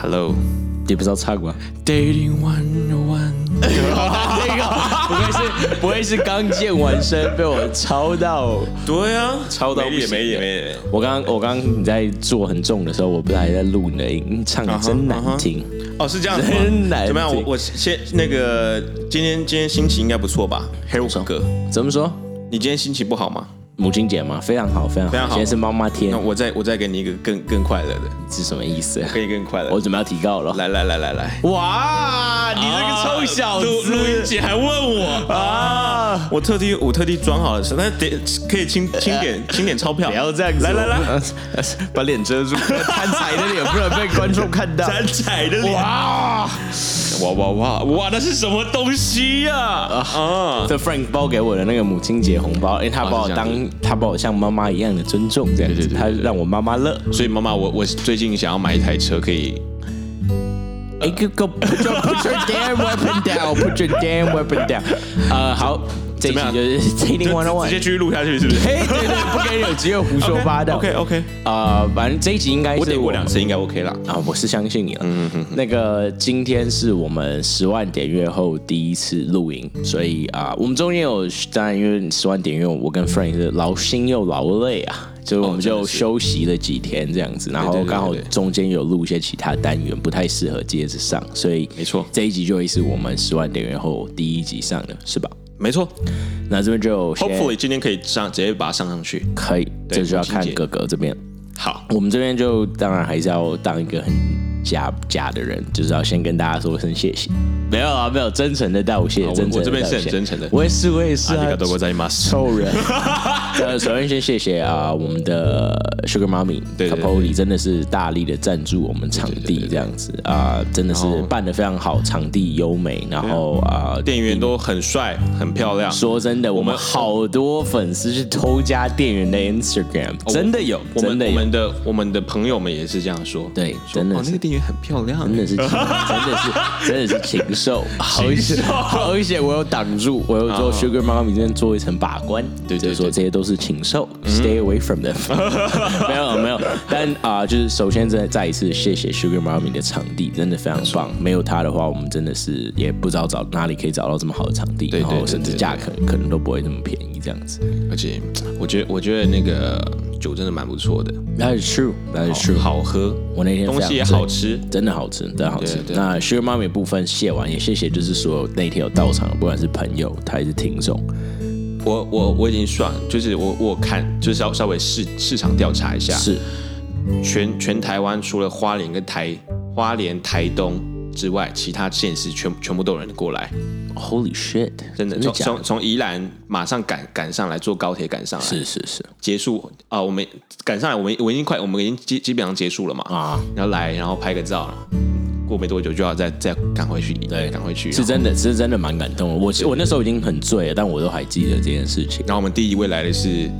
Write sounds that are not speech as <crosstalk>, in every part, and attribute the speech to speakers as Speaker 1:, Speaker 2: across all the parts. Speaker 1: Hello。
Speaker 2: 也不知道唱吗？
Speaker 1: Dating One oh
Speaker 2: <laughs>
Speaker 1: One，这个不会是不会是刚健完身被我抄到？
Speaker 3: 对啊，
Speaker 1: 超到
Speaker 3: 没
Speaker 1: 不
Speaker 3: 脸
Speaker 1: 行
Speaker 3: 没脸没脸。
Speaker 2: 我刚我刚你在做很重的时候，我不是还在录你的音，唱的真难
Speaker 1: 嗯
Speaker 2: 听。
Speaker 3: 哦，是这样子吗
Speaker 2: 真难听
Speaker 3: 怎么样？我我先那个今天今天心情应该不错吧？黑五哥，
Speaker 1: 嗯
Speaker 2: 怎么说？
Speaker 3: 你今天心情不好吗？
Speaker 2: 母亲节嘛，非常好，非常好。
Speaker 3: 非常好
Speaker 2: 现在是妈妈天
Speaker 3: 那，我再我再给你一个更更快乐的，
Speaker 2: 是什么意思？ <laughs>
Speaker 3: 可以更快乐。
Speaker 2: 我准备要提告
Speaker 1: <laughs>
Speaker 2: 了。
Speaker 3: 来来来来来，
Speaker 1: 哇，啊你这个臭小
Speaker 2: 啊
Speaker 3: 啊录
Speaker 1: 子！
Speaker 3: 录音姐还问我啊，我特地我特地装好了，但得可以清清点清点钞票，
Speaker 1: 呃不要这样子，
Speaker 3: 来来来，
Speaker 1: 呃，呃 <laughs> 把脸遮
Speaker 2: <laughs>
Speaker 1: 住，贪财的脸不能被观众看到。
Speaker 3: 咱踩的脸，哇哇哇哇哇，那是什么东西呀？啊，
Speaker 2: <laughs> 这 Frank 包给我的那个母亲节红包，因为他把我
Speaker 3: 是这
Speaker 2: 当
Speaker 3: 样子
Speaker 2: 他把我像妈妈一样的尊重，这样子，
Speaker 3: 对对对
Speaker 2: 他让我妈妈乐。
Speaker 3: 所以妈妈，我我最近想要买一台车，可以
Speaker 2: <laughs> 哎，哥哥，put your put your damn weapon down，put your damn weapon down。呃，好，这一
Speaker 3: 怎么
Speaker 2: 期
Speaker 3: 样
Speaker 2: 就是 <laughs> Dating One on
Speaker 3: 直
Speaker 2: One
Speaker 3: 接。继续录下去，是不是？
Speaker 2: 哎，对对，不给你有机会胡说八 <laughs> 道。
Speaker 3: OK OK，
Speaker 1: 哎
Speaker 2: 啊，反正这一集应该
Speaker 3: 我
Speaker 2: 是
Speaker 3: 得过两次应该 OK 啦。
Speaker 2: 啊，我是相信你了。嗯嗯。那个今天是我们十万点阅后第一次录音，所以啊、我们中间有当然因为十万点阅，我跟 Frank 是劳心又劳累啊，所以我们
Speaker 3: 真的
Speaker 2: 就是休息了几天这样子，然
Speaker 3: 哦对
Speaker 2: 后
Speaker 3: 对对
Speaker 2: 刚好
Speaker 3: 对对
Speaker 2: 中间有录一些其他单元，不太适合接着上，所以
Speaker 3: 没错
Speaker 2: 这一集就会是我们十万点阅后第一集上的是吧？
Speaker 3: 没错
Speaker 2: 那这边就先
Speaker 3: ，Hopefully 今天可以上直接把它上上去。
Speaker 2: 可以，
Speaker 3: 对
Speaker 2: 这就要
Speaker 3: 母亲
Speaker 2: 看
Speaker 3: 节
Speaker 2: 哥哥这边。
Speaker 3: 好，
Speaker 2: 我们这边就当然还是要当一个很假假的人，就是要先跟大家说声谢谢。没有啊，没有真诚的道谢，
Speaker 3: 啊我
Speaker 2: 真诚的
Speaker 3: 我这边是很
Speaker 2: 道谢
Speaker 3: 真诚的
Speaker 2: 我也是，我也是
Speaker 3: 阿里
Speaker 2: 啊
Speaker 3: 嘎，多ございます。
Speaker 2: 臭
Speaker 3: <laughs>
Speaker 2: 人。呃，首先先谢谢啊，我们的 Sugar Mommy
Speaker 3: 对对
Speaker 2: c a
Speaker 3: 对
Speaker 2: p o l i 真的是大力的赞助我们场地这样子啊，真的是办得非常好，场地优美，然后啊，
Speaker 3: 店员都很帅，很漂亮。
Speaker 2: 说真的，我们
Speaker 3: 们
Speaker 2: 好多粉丝是偷加店员的 Instagram，真的有，
Speaker 3: 哦我
Speaker 2: 真
Speaker 3: 们
Speaker 2: 的
Speaker 3: 我
Speaker 2: 有。
Speaker 3: 们的我们的朋友们也是这样说，
Speaker 2: 对
Speaker 3: 说
Speaker 2: 真的
Speaker 3: 哦，
Speaker 2: 是
Speaker 3: 那个店员很漂亮欸
Speaker 2: 真，的
Speaker 3: <laughs>
Speaker 2: 是禽，真的是，真的是禽兽。好险，好险！我有挡住，我有做 Sugar 妈咪这边做一层把关，
Speaker 3: 啊对对
Speaker 2: 就是说
Speaker 3: 对嗯
Speaker 2: 这些都是禽兽，Stay away from
Speaker 3: <laughs>
Speaker 2: them。没有没有，但啊、就是首先再再一次谢谢 Sugar 妈咪的场地，真的非常棒。没有他的话，我们真的是也不知道找哪里可以找到这么好的场地，
Speaker 3: 对对
Speaker 2: 然后
Speaker 3: 对
Speaker 2: 甚至
Speaker 3: 对嗯
Speaker 2: 价格可能都不会那么便宜这样子。
Speaker 3: 而且我觉得我觉得那个酒真的蛮不错的，
Speaker 2: That is true, that is true。
Speaker 3: 好喝，
Speaker 2: 我那天
Speaker 3: 东西也
Speaker 2: 非常
Speaker 3: 好吃，
Speaker 2: 真的好吃，真的好吃
Speaker 3: 对。对
Speaker 2: 那 Sugar Mommy 的部分谢完，也谢谢就是所有那天有到场的，不管是朋友他还是听众，
Speaker 3: 我我我已经算，就是我我有看就是稍稍微市市场调查一下，
Speaker 2: 是
Speaker 3: 全全台湾除了花莲跟台花莲台东之外，其他县市全全部都有人过来，
Speaker 2: Holy shit，
Speaker 3: 真的
Speaker 2: 真的
Speaker 3: 从
Speaker 2: 假的
Speaker 3: 从从宜兰马上赶赶上来，坐高铁赶上来，
Speaker 2: 是是是
Speaker 3: 结束啊、我们赶上来，我们我已经快，我们已经基基本上结束了嘛，
Speaker 2: 啊，
Speaker 3: 然后来，然后拍个照，嗯过没多久就要再再赶回去，
Speaker 2: 对
Speaker 3: 赶回去。
Speaker 2: 是真的是真的蛮感动的。我我那时候已经很醉了，但我都还记得这件事情。
Speaker 3: 然后我们第一位来的是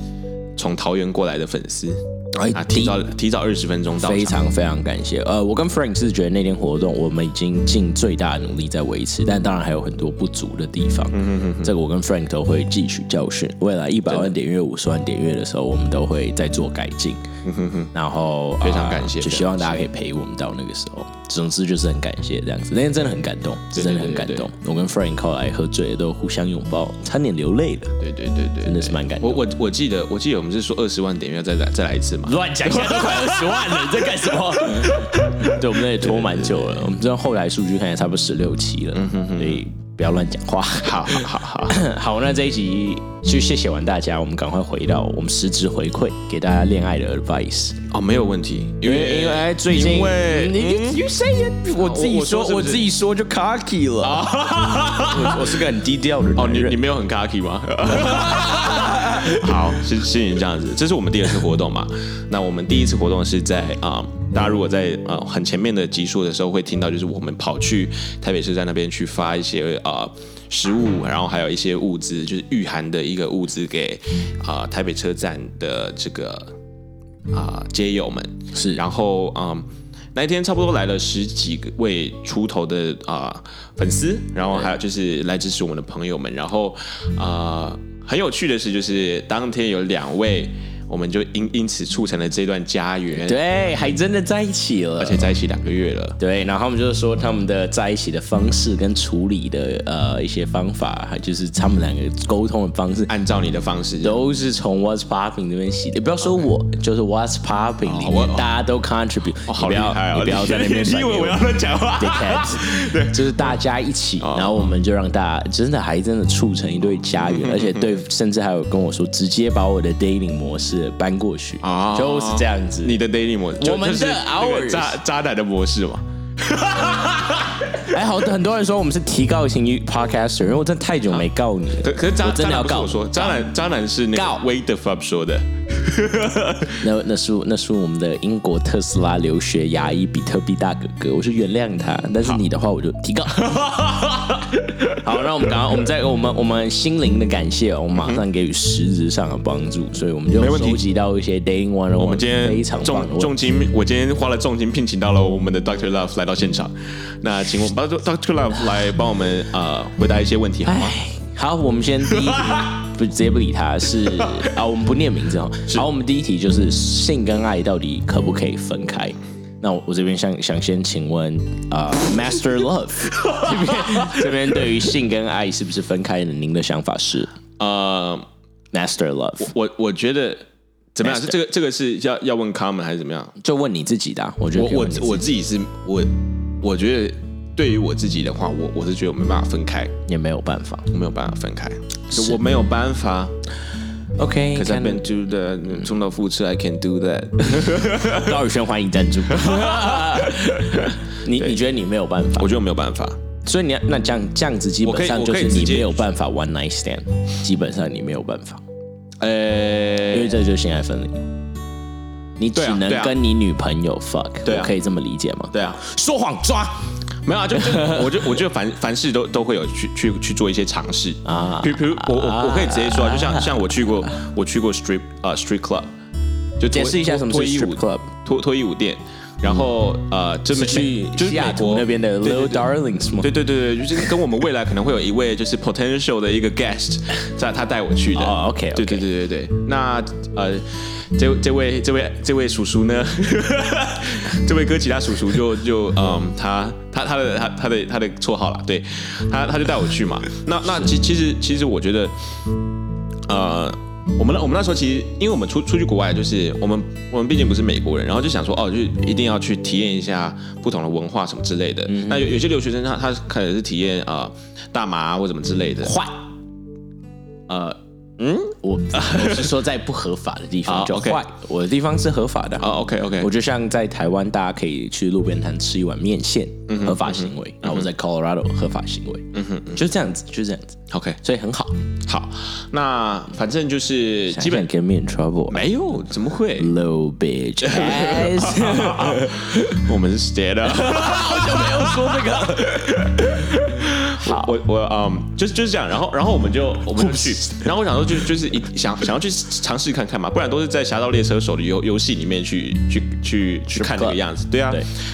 Speaker 3: 从桃园过来的粉丝，
Speaker 2: 哎
Speaker 3: 啊，
Speaker 2: 第
Speaker 3: 提
Speaker 2: 一
Speaker 3: 早提早二十分钟到
Speaker 2: 非
Speaker 3: 场，
Speaker 2: 常非常感谢，呃，我跟 Frank 是觉得那天活动我们已经尽最大的努力在维持，但当然还有很多不足的地方。嗯嗯嗯，这个我跟 Frank 都会汲取教训，未来一百万点阅、五十万点阅的时候，我们都会再做改进。嗯哼哼，然后
Speaker 3: 非常感谢
Speaker 2: 呃就
Speaker 3: 非常
Speaker 2: 希望大家可以陪我们到那个时候。总之就是很感谢这样子，那天真的很感动，是
Speaker 3: 对
Speaker 2: 真的很
Speaker 3: 对
Speaker 2: 感
Speaker 3: 对
Speaker 2: 动。我跟 Frank 后来喝醉了都互相拥抱，差点流泪了，
Speaker 3: 对对对对
Speaker 2: 真的是蛮感
Speaker 3: 我
Speaker 2: 动。
Speaker 3: 我我记得我记得我们是说二十万点阅再来再来一次嘛，
Speaker 2: 乱讲，现在都快二十万了，你在干什么？ <laughs> 对，我们那也拖蛮久了，我们这后来数据看起来差不多十六期了，所以不要乱讲话。 <laughs> 好，好， <coughs> 好，好，那这一集就谢谢完大家，我们赶快回到我们实质回馈，给大家恋爱的 advice。
Speaker 3: 哦，没有问题，
Speaker 2: 因
Speaker 3: 因为
Speaker 2: 为因为最近，
Speaker 3: 因为
Speaker 2: 你 you, you say it，我自己
Speaker 3: 我
Speaker 2: 说
Speaker 3: 我说是不是
Speaker 2: 我自己说就 cocky 了， <laughs> 我我是个很低调的人。
Speaker 3: 哦，你你没有很 cocky 吗？ <laughs> 好，是是你这样子，这是我们第二次活动嘛？那我们第一次活动是在啊、大家如果在呃很前面的集数的时候会听到，就是我们跑去台北市在那边去发一些啊食物，然后还有一些物资，就是御寒的一个物资给啊、台北车站的这个啊、街友们。
Speaker 2: 是
Speaker 3: 然后嗯，那一天差不多来了十几个位出头的啊、粉丝，然后还有就是来支持我们的朋友们，然后啊、呃很有趣的是，就是当天有两位我们就因因此促成了这段家园，，
Speaker 2: 对，还真的在一起了，
Speaker 3: 而且在一起两个月了。
Speaker 2: 对，然后他们就是说他们的在一起的方式跟处理的呃一些方法，还就是他们两个沟通的方式，
Speaker 3: 按照你的方式，
Speaker 2: 都是从 What's Popping 那边洗的。不要说我，就是 What's Popping 里面
Speaker 3: 哦我
Speaker 2: 大家都 contribute，
Speaker 3: 哦好
Speaker 2: 你
Speaker 3: 厉
Speaker 2: 不要
Speaker 3: 害哦！
Speaker 2: 你不要在那
Speaker 3: <laughs>
Speaker 2: 边
Speaker 3: 你
Speaker 2: 转
Speaker 3: 以
Speaker 2: 给
Speaker 3: 为我要哦乱讲话？
Speaker 2: dickheads，对，就是大家一起，然后我们就让大家真的还真的促成一对家园，而且
Speaker 3: <laughs>
Speaker 2: 对，甚至还有跟我说直接把我的 dating 模式搬过去，
Speaker 3: 啊
Speaker 2: 就是这样子。
Speaker 3: <laughs> 你的 daily 模式，就
Speaker 2: 我们的
Speaker 3: 就是那个
Speaker 2: hours
Speaker 3: 渣渣男的模式嘛。
Speaker 2: 哎，好，很多人说我们是提告型 podcaster，因为我真的太久没告你
Speaker 3: 可
Speaker 2: 了。
Speaker 3: 可是渣
Speaker 2: 我真的要
Speaker 3: 渣男不是
Speaker 2: 告
Speaker 3: 我说，渣男渣男是那
Speaker 2: 告
Speaker 3: 个 Wade f u b 说的。
Speaker 2: 那那是那是我们的英国特斯拉留学牙医比特币大哥哥，我是原谅他，但是你的话我就提告。 <laughs> 好，那我们刚刚我们在我们我们心灵的感谢哦，我们马上给予实质上的帮助，所以我们就
Speaker 3: 没问题
Speaker 2: 收集到一些 dating one，
Speaker 3: 我们今天
Speaker 2: 非常棒的
Speaker 3: 重
Speaker 2: 问题
Speaker 3: 重金，我今天花了重金聘请到了我们的 Doctor Love 来到现场。那
Speaker 2: 嗯
Speaker 3: 请我们帮
Speaker 2: <laughs>
Speaker 3: Doctor Love 来帮我们呃回答一些问题好吗？
Speaker 2: 哎，好，我们先第一题不直接不理他， <laughs> 是啊，我们不念名字哦。好，我们第一题就是性跟爱到底可不可以分开？那我我这边想想先请问啊、m a s t e r <laughs> Love 这边这边对于性跟爱是不是分开的？您的想法是
Speaker 3: 呃，
Speaker 2: Master Love？
Speaker 3: 我我觉得怎么样？
Speaker 2: Master
Speaker 3: 是这个这个是要要问 Common 还是怎么样？
Speaker 2: 就问你自己的啊、我觉得
Speaker 3: 我
Speaker 2: 可以
Speaker 3: 我
Speaker 2: 问你自己
Speaker 3: 我自己是我我觉得对于我自己的话，我我是觉得我没办法分开，
Speaker 2: 也没有办法。
Speaker 3: 我没有办法分开，就我没有办法。
Speaker 2: OK，
Speaker 3: Cause
Speaker 2: 看 <laughs>
Speaker 3: I've been to the
Speaker 2: 嗯
Speaker 3: 重蹈覆辙，I can do that
Speaker 2: 高宇轩欢迎赞 <laughs> 助。你你觉得你没有办法
Speaker 3: 我？觉得我没
Speaker 2: <laughs>
Speaker 3: 有办法。
Speaker 2: 所以你要那这样这样子，基
Speaker 3: 我可
Speaker 2: 本
Speaker 3: 以
Speaker 2: 上
Speaker 3: 我
Speaker 2: 就
Speaker 3: 可以
Speaker 2: 是
Speaker 3: 直
Speaker 2: 你
Speaker 3: 接
Speaker 2: 没有办法 one night stand，基本上你没有办法，
Speaker 3: 呃
Speaker 2: 因为这就是性爱分离。你只
Speaker 3: 对啊
Speaker 2: 能
Speaker 3: 对啊
Speaker 2: 跟你女朋友 fuck，
Speaker 3: 对啊
Speaker 2: 我可以这么理解吗？
Speaker 3: 对啊，
Speaker 2: 说谎抓
Speaker 3: 没有啊，就 <laughs> 就我就我觉得凡凡事都都会有去去去做一些尝试
Speaker 2: 啊
Speaker 3: 啊，比如比如我我我可以直接说啊，就像像我去过我去过 strip 啊 strip club，就脱
Speaker 2: 解释一下什么是
Speaker 3: 脱衣
Speaker 2: strip
Speaker 3: 舞
Speaker 2: club
Speaker 3: 脱脱衣舞店，然后呃，这
Speaker 2: 是
Speaker 3: 么
Speaker 2: 去
Speaker 3: 就是
Speaker 2: 西雅
Speaker 3: 美
Speaker 2: 图
Speaker 3: 国
Speaker 2: 那边的
Speaker 3: 对
Speaker 2: Little
Speaker 3: 对对
Speaker 2: Darlings 吗？
Speaker 3: 对对对对，就是跟我们未来可能会有一位就是 potential 的一
Speaker 2: <laughs>
Speaker 3: 个 guest，在他带我去的。
Speaker 2: 哦，OK，OK
Speaker 3: 对对对对对。那呃，这这位这位这位叔叔呢， <laughs> 这位哥吉拉叔叔就就嗯，他他他的他他的他的绰号啦，对他他就带我去嘛。那那其其实其实我觉得，呃。我们那我们那时候其实，因为我们出出去国外，就是我们我们毕竟不是美国人，然后就想说哦，就一定要去体验一下不同的文化什么之类的。那有有些留学生他他可能是体验啊、呃、大麻啊或什么之类的，
Speaker 2: 坏，
Speaker 3: 呃
Speaker 2: 我我是说在不合法的地方
Speaker 3: <laughs> 好
Speaker 2: 就
Speaker 3: OK
Speaker 2: 坏，我的地方是合法的。
Speaker 3: 啊 OK OK，
Speaker 2: 我就像在台湾，大家可以去路边摊吃一碗面线，
Speaker 3: 嗯
Speaker 2: 合法行为；然后我在 Colorado 合法行为，嗯哼，就这样子，就这样子，
Speaker 3: OK
Speaker 2: 所以很好。
Speaker 3: 好，那反正就是基
Speaker 2: 基本
Speaker 3: 本
Speaker 2: get me in trouble.
Speaker 3: 没有，怎么会？
Speaker 2: Low bitch
Speaker 3: <laughs>
Speaker 2: 哎 ass，
Speaker 3: 我们是 stand up。
Speaker 2: <laughs> 好久没有说这个。
Speaker 3: 我我嗯，就是就是这样，然后然后我们就我们就去，然后我想说就就是一想想要去尝试看看嘛，不然都是在《侠盗猎车手》的游游戏里面去去去去看那个样子，对啊，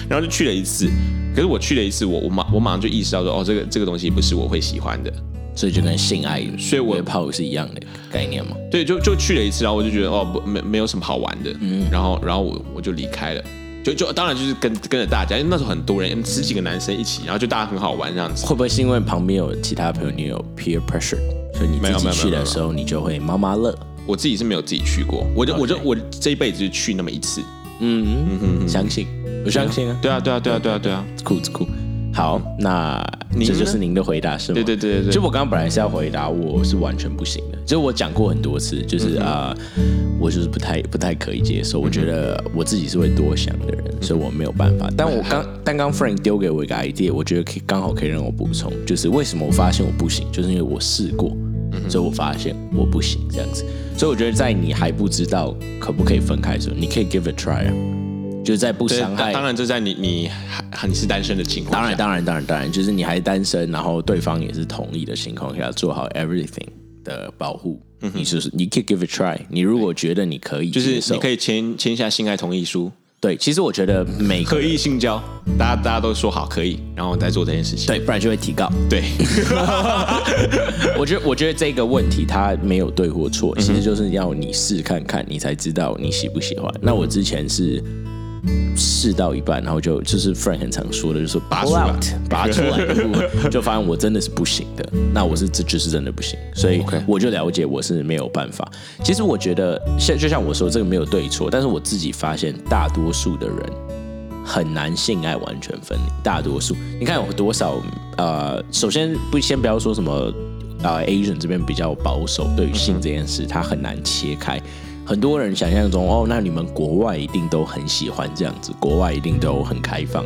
Speaker 3: 然后就去了一次，可是我去了一次，我我马我马上就意识到说，哦，这个这个东西不是我会喜欢的，
Speaker 2: 所以就跟性爱、
Speaker 3: 所以我
Speaker 2: 约炮是一样的概念嘛。
Speaker 3: 对，就就去了一次，然后我就觉得哦，不没没有什么好玩的，
Speaker 2: 嗯
Speaker 3: 然后然后我我就离开了。就就当然就是跟跟着大家，因为那时候很多人，十几个男生一起，然后就大家很好玩这样子。
Speaker 2: 会不会是因为旁边有其他朋友，你有 peer pressure，所以你
Speaker 3: 没
Speaker 2: 自
Speaker 3: 有
Speaker 2: 己
Speaker 3: 没有
Speaker 2: 去
Speaker 3: 没有
Speaker 2: 的时候，你就会妈妈乐？
Speaker 3: 我自己是没有自己去过，我就我就我这一辈子就去那么一次。
Speaker 2: 嗯，相信，我相信啊，
Speaker 3: 对啊，对啊，对啊，对啊，对啊。
Speaker 2: 酷子酷。好，那
Speaker 3: 您
Speaker 2: 这
Speaker 3: 呢
Speaker 2: 就是您的回答是吗？
Speaker 3: 对对对对对
Speaker 2: 就我刚刚本来是要回答，我是完全不行的。就我讲过很多次，就是
Speaker 3: 嗯
Speaker 2: 啊、呃我就是不太不太可以接受。我觉得我自己是会多想的
Speaker 3: 嗯
Speaker 2: 人，所以我没有办法。但我刚但刚 Frank 丢给我一个 idea，我觉得可以刚好可以让我补充，就是为什么我发现我不行，就是因为我试过。
Speaker 3: 嗯
Speaker 2: 所以我发现我不行这样子，所以我觉得在你还不知道可不可以分开的时候，你可以 give it a try，啊就是在不
Speaker 3: 对
Speaker 2: 伤害
Speaker 3: 当当然这在你你还你是单身的情况
Speaker 2: 当然，
Speaker 3: 下，
Speaker 2: 当然，当然，当然，就是你还单身，然后对方也是同意的情况下，做好 everything 的保护。嗯你就是你可以 give it a try。你如果觉得你可以
Speaker 3: 就
Speaker 2: 接受，
Speaker 3: 是你可以签签一下性爱同意书，
Speaker 2: 对，其实我觉得每个
Speaker 3: 可以性交，大家大家都说好可以，然后再做这件事情。
Speaker 2: 对，不然就会提高。
Speaker 3: 对，
Speaker 2: <laughs> 我觉得，我觉得这个问题它没有对或
Speaker 3: 嗯
Speaker 2: 错，其实就是要你试看看，你才知道你喜不喜欢。
Speaker 3: 嗯
Speaker 2: 那我之前是试到一半，然后就就是 Frank 很常说的，就是拔
Speaker 3: 出来
Speaker 2: 拔出来的部
Speaker 3: <laughs>
Speaker 2: 分，就发现我真的是不行的。那我是这就是真的不行，所以
Speaker 3: OK
Speaker 2: 我就了解我是没有办法。其实我觉得，像就像我说，这个没有对错，但是我自己发现，大多数的人很难性爱完全分离。大多数，你看有多少呃，首先不先不要说什么呃，Asian 这边比较保守，对于性这件事，他很难切开。很多人想象中哦，那你们国外一定都很喜欢这样子，国外一定都很开放，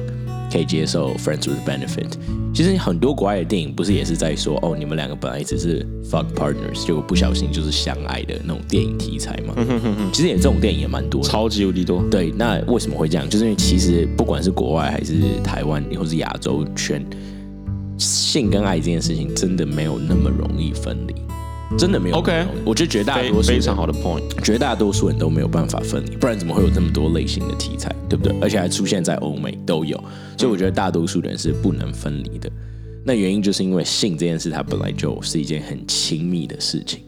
Speaker 2: 可以接受 friends with benefit。其实很多国外的电影不是也是在说哦，你们两个本来只是 fuck partners，结果不小心就是相爱的那种电影题材嘛。其实也这种电影也蛮多的，
Speaker 3: 超级无敌多。
Speaker 2: 对，那为什么会这样？就是因为其实不管是国外还是台湾，或是亚洲圈，性跟爱这件事情真的没有那么容易分离，真的没有那么
Speaker 3: OK
Speaker 2: 容易我觉得绝大
Speaker 3: 非
Speaker 2: 多数
Speaker 3: 非
Speaker 2: 人
Speaker 3: 常好的 point，
Speaker 2: 绝大多数人都没有办法分离，不然怎么会有这么多类型的题材，对不对？而且还出现在欧美都有，所以我觉得大多数人是不能分离的。那原因就是因为性这件事，它本来就是一件很亲密的事情。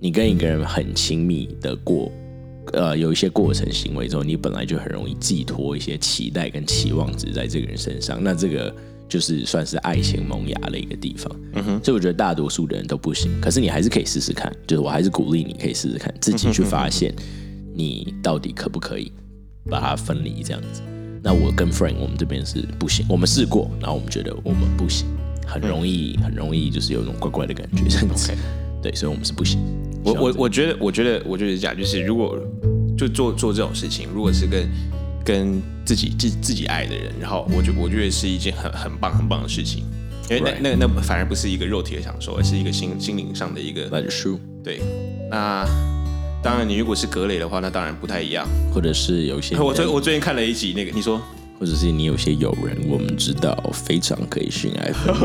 Speaker 2: 你跟一个人很亲密的过，呃，有一些过程行为之后，你本来就很容易寄托一些期待跟期望值在这个人身上，那这个就是算是爱情萌芽的一个地方。嗯哼，所以我觉得大多数的人都不行，可是你还是可以试试看，就是我还是鼓励你可以试试看，自己去发现你到底可不可以把它分离这样子。那我跟 Frank 我们这边是不行，我们试过，然后我们觉得我们不行，很容易、很容易就是有一种怪怪的感觉这样子。对，所以我们是不行。
Speaker 3: 我我我觉得，我觉得，我觉得是这样，就是如果就做做这种事情，如果是跟跟自己自自己爱的人，然后我觉我觉得是一件很很棒很棒的事情，因为那那那反而不是一个肉体的享受，而是一个心心灵上的一个
Speaker 2: 那就输，
Speaker 3: 对。那当然，你如果是格雷的话，那当然不太一样。 <laughs>
Speaker 2: 或者是有一些
Speaker 3: 我最我最近看了一集那个，你说 <laughs>
Speaker 2: 或者是你有些友人，我们知道非常可以性爱 <laughs> 分离，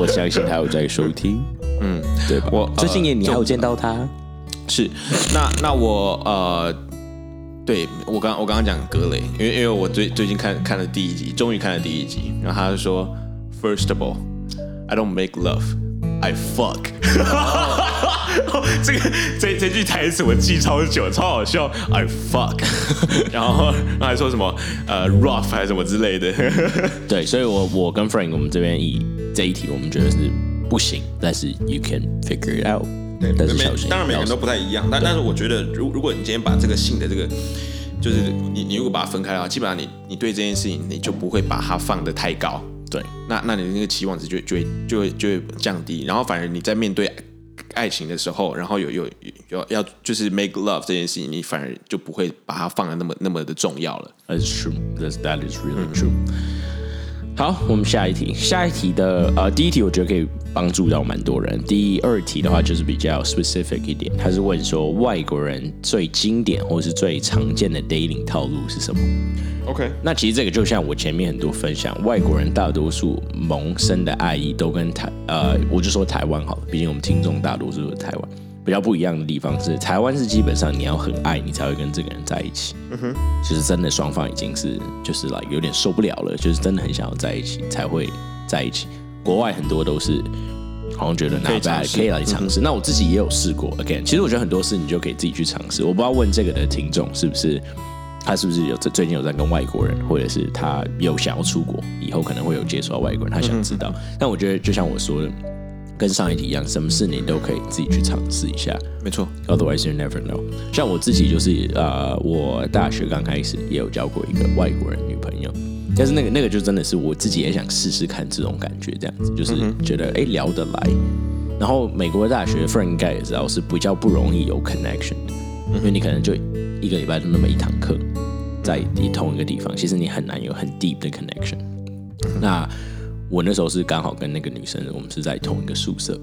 Speaker 2: 我相信他有在收听，
Speaker 3: 嗯。
Speaker 2: 对吧？
Speaker 3: 我呃
Speaker 2: 最近也你
Speaker 3: 就
Speaker 2: 还有见到他，
Speaker 3: 是，那那我呃，对我刚我刚刚讲格雷，因为因为我最最近看看了第一集，终于看了第一集，然后他就说，First of all, I don't make love, I fuck <laughs> 这个这这句台词我记超久，超好笑，I fuck，然 <laughs> 后然后还说什么呃 rough 还是什么之类的，
Speaker 2: 对，所以我我跟 Frank 我们这边以这一题，我们觉得是不行，但是 you can figure it out，对但是
Speaker 3: 每
Speaker 2: 小心，
Speaker 3: 当然每个人都不太一样，但但是我觉得，如如果你今天把这个性的这个，就是你你如果把它分开的啊话，基本上你你对这件事情你就不会把它放得太高，
Speaker 2: 对，
Speaker 3: 那那你的那个期望值就会就会就会就会降低，然后反而你在面对爱情的时候，然后有有有要就是 make love 这件事情，你反而就不会把它放得那么那么的重要了。
Speaker 2: That's true. That's, that is really true.、好，我们下一题。下一题的呃，第一题我觉得可以帮助到蛮多人。第二题的话就是比较 specific 一点，他是问说外国人最经典或是最常见的 dating 套路是什么？
Speaker 3: OK，
Speaker 2: 那其实这个就像我前面很多分享，外国人大多数萌生的爱意都跟台呃，我就说台湾好了，毕竟我们听众大多数都是台湾。比较不一样的地方是，台湾是基本上你要很爱你才会跟这个人在一起，嗯哼，就是真的双方已经是就是来有点受不了了，就是真的很想要在一起才会在一起。国外很多都是好像觉得
Speaker 3: 可
Speaker 2: 拿
Speaker 3: 以尝
Speaker 2: 白
Speaker 3: 试
Speaker 2: 可以来尝试。那我自己也有试过，again，其实我觉得很多事你就可以自己去尝试。我不知道问这个的听众是不是他是不是有最近有在跟外国人，或者是他有想要出国，以后可能会有接触到外国人，他想知道。但我觉得就像我说的，跟上一题一样，什么事你都可以自己去尝试一下。
Speaker 3: 没错。
Speaker 2: Otherwise you never know。像我自己就是呃，我大学刚开始也有交过一个外国人女朋友，但是那个那个就真的是我自己也想试试看这种感觉，这样子就是觉得哎、诶聊得来。然后美国大学 Frank 应该也知道是比较不容易有 connection 的，因为你可能就一个礼拜就那么一堂课，在你同一个地方，其实你很难有很 deep 的 connection。那我那时候是刚好跟那个女生，我们是在同一个宿舍，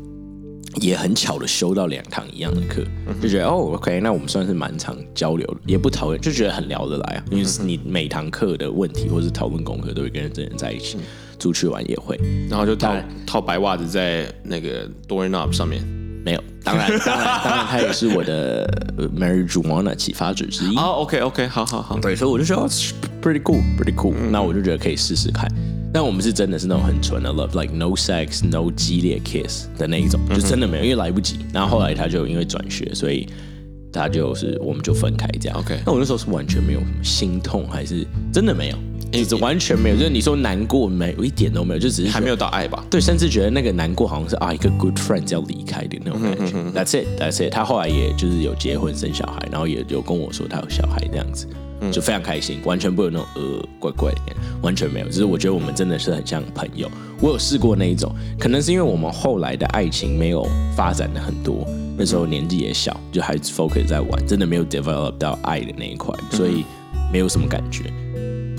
Speaker 2: 也很巧的修到两堂一样的课，就觉得哦，OK，那我们算是蛮常交流的，也不讨厌，就觉得很聊得来啊。因为你每堂课的问题或是讨论功课都会跟这人在一起，出去玩也会。
Speaker 3: 然后就套
Speaker 2: 当然
Speaker 3: 套白袜子在那个 door knob 上面，
Speaker 2: 没有，当然，当然，当然，他也是我的呃 marijuana 启发者之一。
Speaker 3: 哦，OK OK，好好好，
Speaker 2: 对，所以我就说哦 pretty cool，pretty cool，、那我就觉得可以试试看。但我们是真的是那种很纯的 love，like no sex，no 激烈 kiss 的那一种，就真的没有，因为来不及。然后后来他就因为转学，所以他就是我们就分开这样。
Speaker 3: OK
Speaker 2: 那我那时候是完全没有什么心痛，还是真的没有，就是完全没有。就是你说难过没，我一点都没有，就只是
Speaker 3: 还
Speaker 2: 有。
Speaker 3: 没有到爱吧？
Speaker 2: 对，甚至觉得那个难过好像是啊一个 good friend 要离开的那种感觉。That's it, that's it。他后来也就是有结婚生小孩，然后也有跟我说他有小孩这样子，就非常开心，完全不会有那种呃怪怪的感觉，完全没有。只是我觉得我们真的是很像朋友。我有试过那一种，可能是因为我们后来的爱情没有发展的很多，那时候年纪也小，就还是 focus 在玩，真的没有 develop 到爱的那一块，所以没有什么感觉。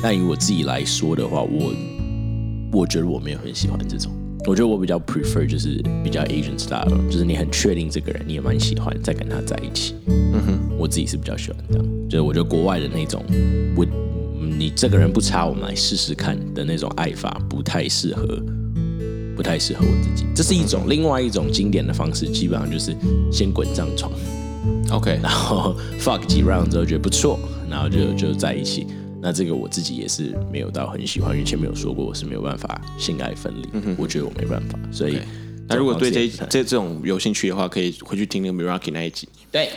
Speaker 2: 但以我自己来说的话，我我觉得我没有很喜欢这种。我觉得我比较 prefer 就是比较 Asian style，就是你很确定这个人你也蛮喜欢，再跟他在一起。嗯哼，我自己是比较喜欢这样，就是我觉得国外的那种，我你这个人不差，我们来试试看的那种爱法，不太适合，不太适合我自己。这是一种，另外一种经典的方式，基本上就是先滚上床。
Speaker 3: OK，
Speaker 2: 然后 <laughs> fuck 几 round 之后觉得不错，然后就就在一起。那这个我自己也是没有到很喜欢，因为前面有说过我是没有办法性爱分离，我觉得我没办法，所以
Speaker 3: 嗯那如果对这
Speaker 2: 种方式也不太
Speaker 3: 这这种有兴趣的话，可以回去听那个 Miraki 那一集。
Speaker 2: 对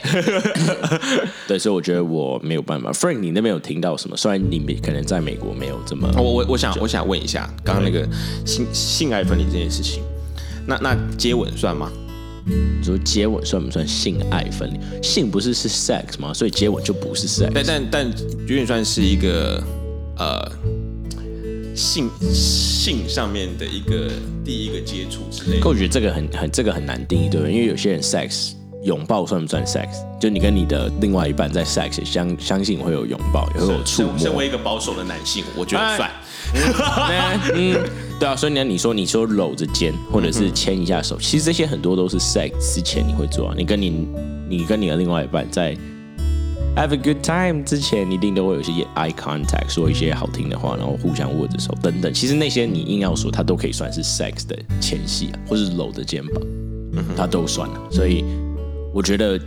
Speaker 2: 对，所以我觉得我没有办法。Frank，你那边有听到什么？虽然你没可能在美国没有这么
Speaker 3: 我哦我我想我想问一下，刚刚那个性性爱分离这件事情，那那接吻算吗？
Speaker 2: 你说接吻算不算性爱分离？性不是是 sex 吗？所以接吻就不是 sex。
Speaker 3: 但但但有点算是一个呃性性上面的一个第一个接触之类
Speaker 2: 可
Speaker 3: 的。
Speaker 2: 我觉得这个很很这个很难定义，对不对？因为有些人 sex 拥抱算不算 sex？就你跟你的另外一半在 sex，相相信会有拥抱，也会有触
Speaker 3: 身身
Speaker 2: 摸。
Speaker 3: 为一个保守的男性，我觉
Speaker 2: 哎
Speaker 3: 得算。
Speaker 2: <laughs> 嗯，对啊，所以呢，你说你说搂着肩，或者是牵一下手，其实这些很多都是 sex 之前你会做啊。你跟你你跟你的另外一半在 have a good time 之前，一定都会有一些 eye contact，说一些好听的话，然后互相握着手等等。其实那些你硬要说，它都可以算是 sex 的前戏啊，或是搂着肩膀。它都算了。所以我觉得，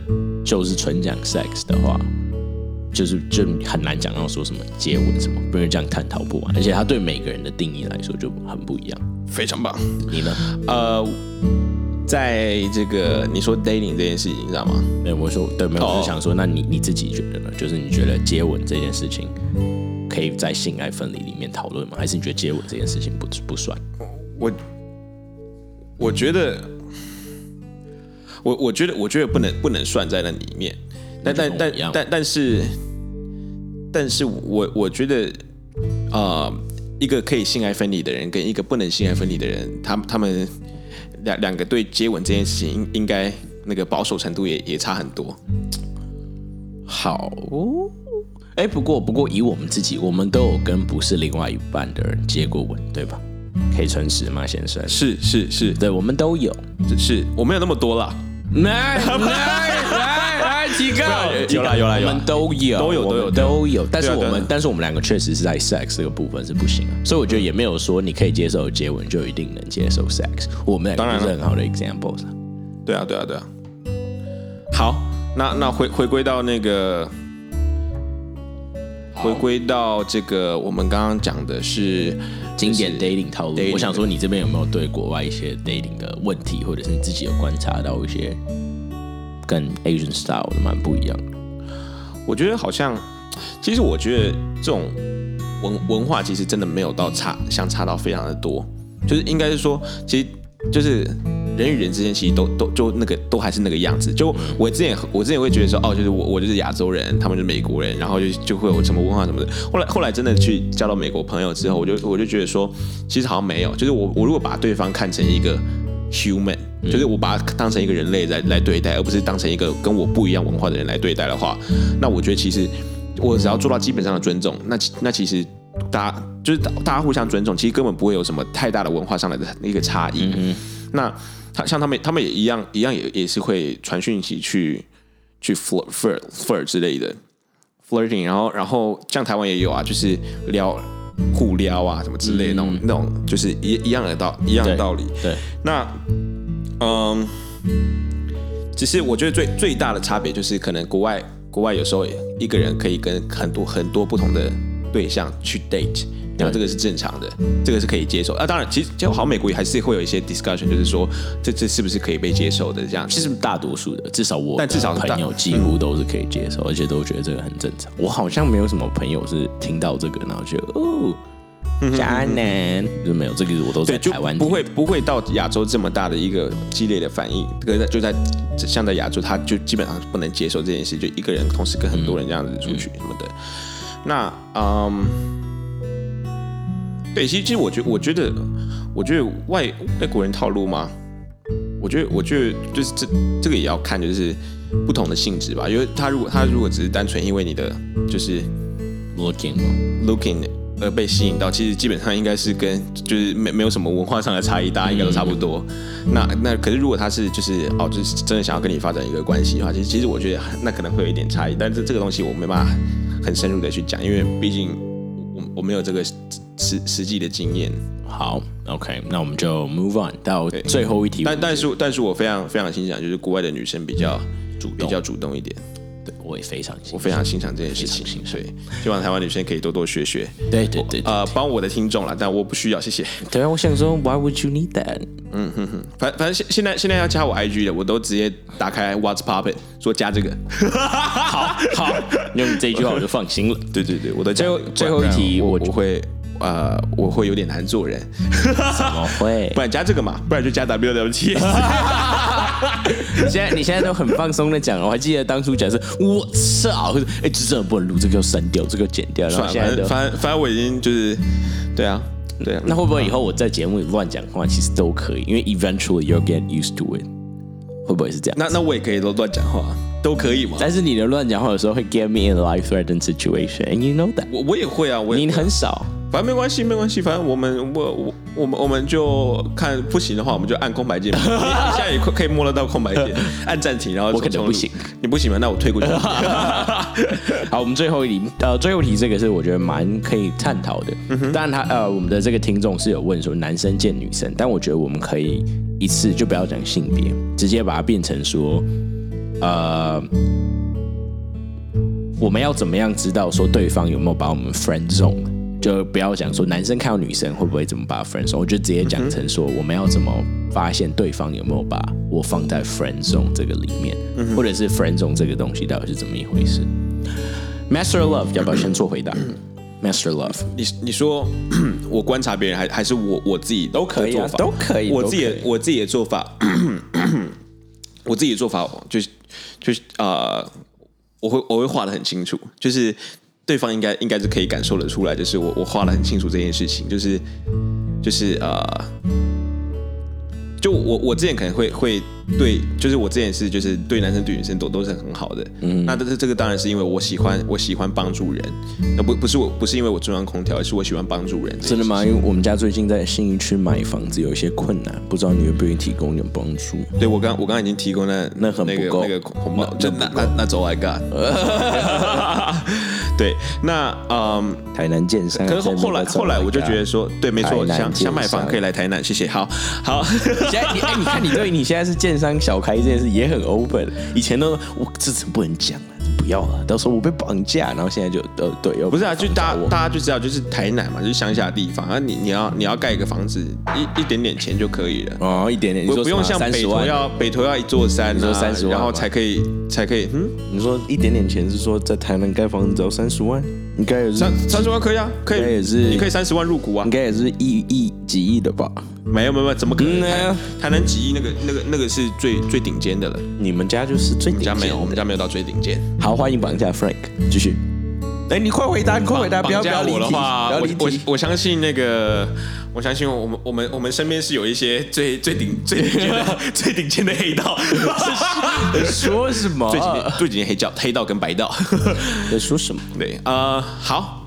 Speaker 2: 就是纯讲 sex 的话，就是就很难讲到说什么接吻什么，不然这样探讨不完。而且它对每个人的定义来说就很不一样。
Speaker 3: 非常棒。
Speaker 2: 你呢？
Speaker 3: 呃，在这个你说 dating 这件事情，你知道吗？
Speaker 2: 没有，我说对，没有，我
Speaker 3: 哦
Speaker 2: 是想说，那你你自己觉得呢？就是你觉得接吻这件事情可以在性爱分离里面讨论吗？还是你觉得接吻这件事情不不算？
Speaker 3: 我我觉得，我我觉得我觉得不能不能算在那里面，但但
Speaker 2: 跟
Speaker 3: 但
Speaker 2: 我一样
Speaker 3: 但但是，但是我我觉得，呃，一个可以性爱分离的人跟一个不能性爱分离的人，他他们两两个对接吻这件事情应应该那个保守程度也也差很多。
Speaker 2: 好哦。哎，不过不过，以我们自己，我们都有跟不是另外一半的人接过吻，对吧？可以诚实吗，先生？
Speaker 3: 是是是
Speaker 2: 对，我们都有。
Speaker 3: 是，我没有那么多啦。
Speaker 2: 来
Speaker 3: <laughs>
Speaker 2: 来来来，提高
Speaker 3: 有啦有啦有啦
Speaker 2: 我们都有，
Speaker 3: 都有
Speaker 2: 我们
Speaker 3: 都有
Speaker 2: 都有。但是
Speaker 3: 对啊
Speaker 2: 我
Speaker 3: 对啊
Speaker 2: 们，但是我们两个确实是在 sex 这个部分是不行啊，所以我觉得也没有说你可以接受接吻就一定能接受 sex。我们
Speaker 3: 当
Speaker 2: 两
Speaker 3: 然
Speaker 2: 个
Speaker 3: 了
Speaker 2: 不是很好的 examples 啊。
Speaker 3: 对啊，对啊，对啊。好，那那回回归到那个，回归到这个，我们刚刚讲的是
Speaker 2: 经典 dating 套路
Speaker 3: dating。
Speaker 2: 我想说，你这边有没有对国外一些 dating 的问题，或者是你自己有观察到一些跟 Asian style 的蛮不一样的？
Speaker 3: 我觉得好像，其实我觉得这种文文化其实真的没有到差，相差到非常的多，就是应该是说，其实就是人与人之间其实都都就那个都还是那个样子。就我之前我之前会觉得说，哦，就是我我就是亚洲人，他们就是美国人，然后就就会有什么文化什么的。后来后来真的去交到美国朋友之后，我就我就觉得说，其实好像没有，就是我我如果把对方看成一个 human，就是我把它当成一个人类来来对待，而不是当成一个跟我不一样文化的人来对待的话，那我觉得其实我只要做到基本上的尊重，那其那其实大家就是大家互相尊重，其实根本不会有什么太大的文化上来的一个差异。那他像他们，他们也一样，一样也也是会传讯息去去 flirt flirt flirt 之类的 flirting，然后然后像台湾也有啊，就是撩互撩啊什么之类的那种、那种，就是一一样的道一样的
Speaker 2: 对
Speaker 3: 道理。
Speaker 2: 对，
Speaker 3: 那嗯，只是我觉得最最大的差别就是，可能国外国外有时候一个人可以跟很多很多不同的对象去 date，然后这个是正常的，这个是可以接受。啊，当然，其实就好像美国也还是会有一些 discussion，就是说这这是不是可以被接受的这样。
Speaker 2: 其实大多数的，至少我
Speaker 3: 但至少
Speaker 2: 的
Speaker 3: 大
Speaker 2: 朋友几乎都是可以接受，而且都觉得这个很正常。我好像没有什么朋友是听到这个，然后觉得哦，渣男就没有这个，我都
Speaker 3: 对，
Speaker 2: 在
Speaker 3: 就
Speaker 2: 台湾
Speaker 3: 不
Speaker 2: 听
Speaker 3: 会不会到亚洲这么大的一个激烈的反应，可是在就在像在亚洲，他就基本上不能接受这件事，就一个人同时跟很多人这样子出去
Speaker 2: 嗯
Speaker 3: 什么的。那嗯，对，其实其实我觉我觉得我觉得外外国人套路吗？我觉得我觉得就是这这个也要看就是不同的性质吧，因为他如果他如果只是单纯因为你的就是
Speaker 2: 罗健哦，
Speaker 3: looking 而被吸引到，其实基本上应该是跟就是没没有什么文化上的差异，大家应该都差不多。那那可是如果他是就是哦，就是真的想要跟你发展一个关系的话，其实其实我觉得那可能会有一点差异，但是这个东西我没办法很深入的去讲，因为毕竟我我没有这个实实际的经验。
Speaker 2: 好，OK，那我们就 move on 到最后一题。
Speaker 3: 但但是但是我非常非常欣赏，就是国外的女生比较主比较主动一点，
Speaker 2: 对我也非常欣赏，
Speaker 3: 我非常欣赏这件事情。对，希望台湾女生可以多多学学，
Speaker 2: 对对对对
Speaker 3: 呃，帮我的听众啦，但我不需要，谢谢。
Speaker 2: 对啊，我想说，Why would you need that？
Speaker 3: 反反正现现在现在要加
Speaker 2: 嗯
Speaker 3: 我 IG 的，我都直接打开 What's Poppin 说加这个。
Speaker 2: 好，用这句话我就放 <laughs> 心了。
Speaker 3: 对对对，我的最后
Speaker 2: 最后一题
Speaker 3: 我
Speaker 2: 我
Speaker 3: 我会呃我会有点难做人，
Speaker 2: 怎么会
Speaker 3: 不？然加这个嘛，不然就加
Speaker 2: <laughs> 啊
Speaker 3: WWT。
Speaker 2: 你现在你现在都很放松的讲了，我还记得当初讲是，我操，哎，这真的不能录，这个要删掉，这个剪掉，然后
Speaker 3: 算
Speaker 2: 现在都
Speaker 3: 了，反正。反正反正我已经就是对啊对啊，
Speaker 2: 那会不会以后我在节目里乱讲话，其实都可以，因为 eventually you'll get used to it，会不会是这样？
Speaker 3: 那那我也可以乱乱讲话，都可以嘛。
Speaker 2: 但是你的乱讲话有时候会 get me in a life-threatening situation，and you know that。
Speaker 3: 我我也会啊，我也
Speaker 2: 你
Speaker 3: 会啊
Speaker 2: 很少，
Speaker 3: 反正没关系没关系，反正我们我我我们我们就看不行的话，我们就按空
Speaker 2: <laughs>
Speaker 3: 白键，一下也可以摸得到空白键，按暂停，然后
Speaker 2: 我可能
Speaker 3: 重录
Speaker 2: 不行，
Speaker 3: 你不行吗？那我
Speaker 2: <laughs>
Speaker 3: 退过去。
Speaker 2: 好，我们最后一题，呃，最后一题这个是我觉得蛮可以探讨的。当然他，呃，我们的这个听众是有问说男生见女生，但我觉得我们可以一次就不要讲性别，直接把它变成说，呃，我们要怎么样知道说对方有没有把我们 friend zone？就不要讲说男生看到女生会不会怎么把 friend zone，我就直接讲成说我们要怎么发现对方有没有把我放在 friend zone 这个里面，或者是 friend zone 这个东西到底是怎么一回事？Master Love 要不要先做回答？Master Love
Speaker 3: 你你说 <clears throat> 我观察别人，还还是我我自己都
Speaker 2: 可以啊
Speaker 3: 做法
Speaker 2: 都可以
Speaker 3: 我
Speaker 2: 都
Speaker 3: 自己的
Speaker 2: 可以
Speaker 3: 我自己的做法， <clears throat> 我自己的做法就是就是呃，我会我会画的很清楚，就是对方应该应该是可以感受得出来，就是我我画的很清楚这件事情，就是就是呃。就我我之前可能会会对，就是我之前是就是对男生对女生都都是很好的，嗯，那这这这个当然是因为我喜欢我喜欢帮助人，那不不是我不是因为我中央空调，而是我喜欢帮助人，
Speaker 2: 真的吗？因为我们家最近在信义区买房子有一些困难，不知道你愿不愿意提供一点帮助？
Speaker 3: 对我刚我刚刚已经提供了
Speaker 2: 那很不
Speaker 3: 那个
Speaker 2: 够
Speaker 3: 那个红包，真的那那走 I got。对，那嗯，
Speaker 2: 台南建商，
Speaker 3: 可是后
Speaker 2: 现在
Speaker 3: 后来
Speaker 2: 没在找
Speaker 3: 后来我就
Speaker 2: 人
Speaker 3: 觉
Speaker 2: 家
Speaker 3: 得说，对，没
Speaker 2: 台
Speaker 3: 错，
Speaker 2: 南
Speaker 3: 想
Speaker 2: 建
Speaker 3: 想买房
Speaker 2: 商
Speaker 3: 可以来台南，谢谢。好，好，
Speaker 2: 现在你哎、你看你对你现在是建商小开这件事也很 open，以前都我这次不能讲了，不要了，到时候我被绑架，然后现在就呃对，又
Speaker 3: 不是啊，就大
Speaker 2: 找
Speaker 3: 家
Speaker 2: 我
Speaker 3: 大家就知道，就是台南嘛，就是乡下地方啊，你你要你要盖一个房子，一一点点钱就可以了。
Speaker 2: 哦一点点，你
Speaker 3: 不
Speaker 2: 说
Speaker 3: 不用像
Speaker 2: 三
Speaker 3: 北
Speaker 2: 十
Speaker 3: 投
Speaker 2: 万，
Speaker 3: 要北投要一座山、啊，
Speaker 2: 你说30万
Speaker 3: 然后
Speaker 2: 吗
Speaker 3: 才可以才可以，嗯，
Speaker 2: 你说一点点钱是说在台南盖房子只要三十万，应该也是
Speaker 3: 三三十万可以啊，可
Speaker 2: 应该
Speaker 3: 以
Speaker 2: 也是
Speaker 3: 你可以三十万入股啊
Speaker 2: 应，该也是一亿几亿的吧？
Speaker 3: 没有没有没有，怎么可能？
Speaker 2: 嗯
Speaker 3: 台
Speaker 2: 啊
Speaker 3: 台南几亿那个那个那个是最最顶尖的了，我
Speaker 2: 你们家就是最
Speaker 3: 们
Speaker 2: 顶
Speaker 3: 家
Speaker 2: 尖
Speaker 3: 没有，我们家没有到最顶尖。
Speaker 2: 好，欢迎绑架 Frank，继续。哎、你快回答，你快回答，不要不
Speaker 3: 绑架
Speaker 2: 要离
Speaker 3: 我的
Speaker 2: 题，
Speaker 3: 话
Speaker 2: 不要，
Speaker 3: 我
Speaker 2: 离
Speaker 3: 我
Speaker 2: 题。
Speaker 3: 我相信那个，我相信我们我们我们身边是有一些最最顶最顶
Speaker 2: <laughs>
Speaker 3: 尖的最顶尖的黑道，
Speaker 2: 说什么
Speaker 3: 最顶尖最顶尖黑教黑道跟白道。 <laughs>
Speaker 2: 在说什么
Speaker 3: 对，呃，好，